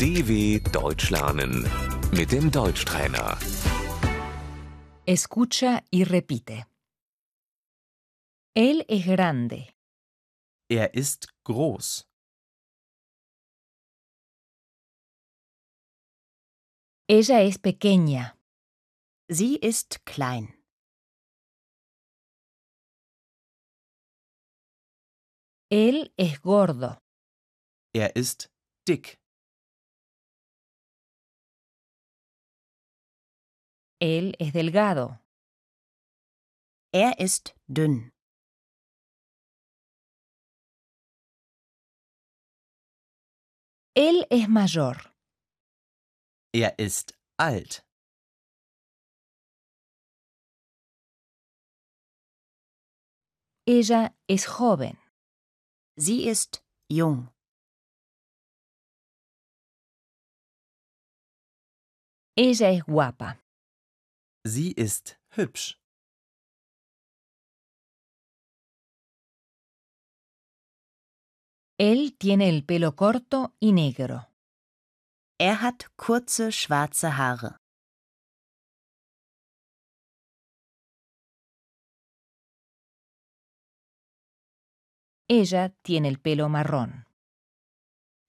DW Deutsch lernen mit dem Deutschtrainer. Escucha y repite. Él es grande. Er ist groß. Ella es pequeña. Sie ist klein. Él es gordo. Er ist dick. Él es delgado. Er ist dünn. Él es mayor. Er ist alt. Ella es joven. Sie ist jung. Ella es guapa. Sie ist hübsch. Él tiene el pelo corto y negro. Er hat kurze schwarze Haare. Ella tiene el pelo marrón.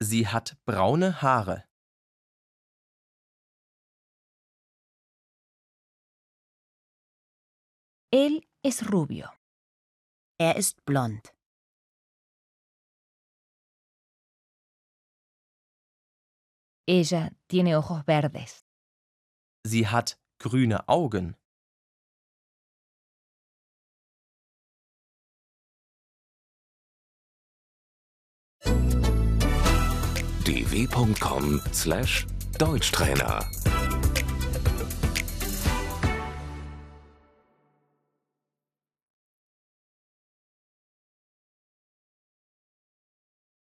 Sie hat braune Haare. Él es rubio. Er ist blond. Ella tiene ojos verdes. Sie hat grüne Augen. dw.com/deutschtrainer